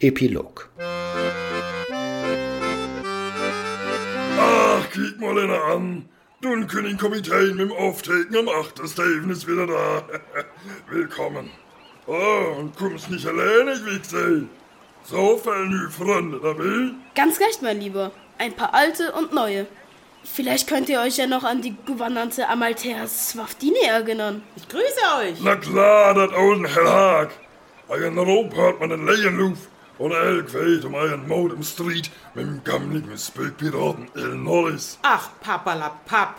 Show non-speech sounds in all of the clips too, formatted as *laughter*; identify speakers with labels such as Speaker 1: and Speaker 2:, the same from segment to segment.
Speaker 1: Epilog *laughs*
Speaker 2: Ach, kick mal einer an. Dun König Kapitän mit dem Auftaken am 8. Steven ist wieder da. *laughs* Willkommen. Oh, und kommst nicht allein, ich will sehen. So viel nü Freunde, da will?
Speaker 3: Ganz recht, mein Lieber. Ein paar alte und neue. Vielleicht könnt ihr euch ja noch an die Gouvernante Amalthea Swafdini erinnern.
Speaker 4: Ich grüße euch.
Speaker 2: Na klar, dat ouden Herrhaag. Eigen Rob hört man den Leyenluf. Und elk weet om eigen Mode im Street mit dem gammligen Spökpiraten El Norris.
Speaker 4: Ach, papalapap.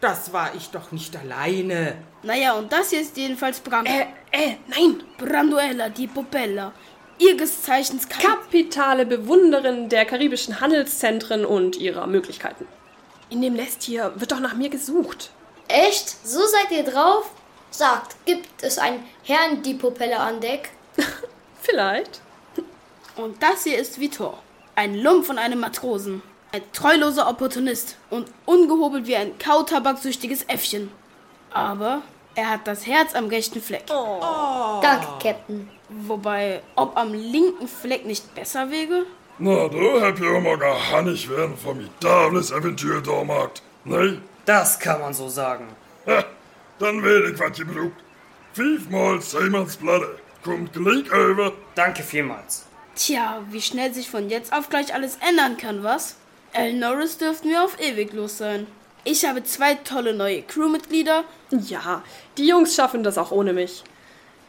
Speaker 4: Das war ich doch nicht alleine.
Speaker 3: Naja, und das hier ist jedenfalls Brand
Speaker 5: Äh, äh, nein.
Speaker 3: Branduella di Popella. Ihres Zeichens Kap
Speaker 6: Kapitale Bewunderin der karibischen Handelszentren und ihrer Möglichkeiten.
Speaker 5: In dem Nest hier wird doch nach mir gesucht.
Speaker 7: Echt? So seid ihr drauf? Sagt, gibt es einen Herrn die Propeller an Deck?
Speaker 6: Vielleicht.
Speaker 3: Und das hier ist Vitor. Ein Lump von einem Matrosen. Ein treuloser Opportunist und ungehobelt wie ein kautabaksüchtiges Äffchen. Aber er hat das Herz am rechten Fleck.
Speaker 7: Danke, Captain. *laughs*
Speaker 3: Wobei, ob am linken Fleck nicht besser wäre?
Speaker 2: Na, du heb je immer gehannig werden, formidables Abenteuer da macht. Ne?
Speaker 8: Das kann man so sagen.
Speaker 2: Ha, dann weet ich, was je braucht. Fünfmal Seemanns Platte. Kommt gleich über.
Speaker 8: Danke vielmals.
Speaker 3: Tja, wie schnell sich von jetzt auf gleich alles ändern kann, was? Al Norris dürften wir auf ewig los sein. Ich habe zwei tolle neue Crewmitglieder.
Speaker 6: Ja, die Jungs schaffen das auch ohne mich.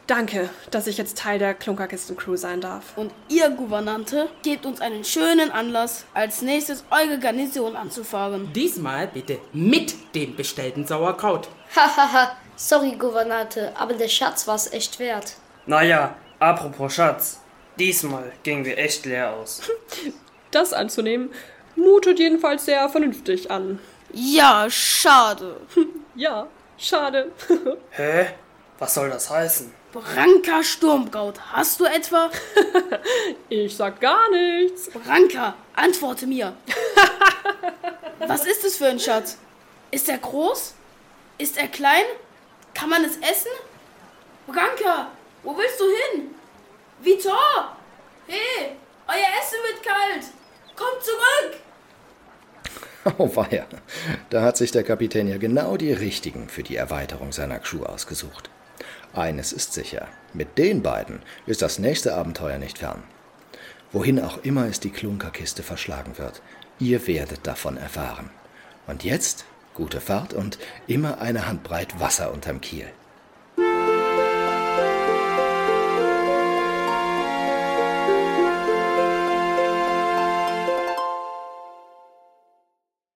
Speaker 6: Danke, dass ich jetzt Teil der Klunkerkisten-Crew sein darf.
Speaker 3: Und ihr, Gouvernante, gebt uns einen schönen Anlass, als nächstes eure Garnison anzufahren.
Speaker 4: Diesmal bitte mit dem bestellten Sauerkraut.
Speaker 7: Hahaha, sorry, Gouvernante, aber der Schatz war's echt wert.
Speaker 8: Naja, apropos Schatz. Diesmal gingen wir echt leer aus.
Speaker 6: Das anzunehmen, mutet jedenfalls sehr vernünftig an.
Speaker 3: Ja, schade.
Speaker 6: Ja, schade. *laughs*
Speaker 8: Hä? Was soll das heißen?
Speaker 3: Branka Sturmbraut, hast du etwa?
Speaker 6: Ich sag gar nichts.
Speaker 3: Branka, antworte mir. Was ist es für ein Schatz? Ist er groß? Ist er klein? Kann man es essen? Branka, wo willst du hin? Vitor! Hey, euer Essen wird kalt! Kommt zurück!
Speaker 1: Auweia, Oh, da hat sich der Kapitän ja genau die richtigen für die Erweiterung seiner Crew ausgesucht. Eines ist sicher, mit den beiden ist das nächste Abenteuer nicht fern. Wohin auch immer es die Klunkerkiste verschlagen wird, ihr werdet davon erfahren. Und jetzt gute Fahrt und immer eine Handbreit Wasser unterm Kiel.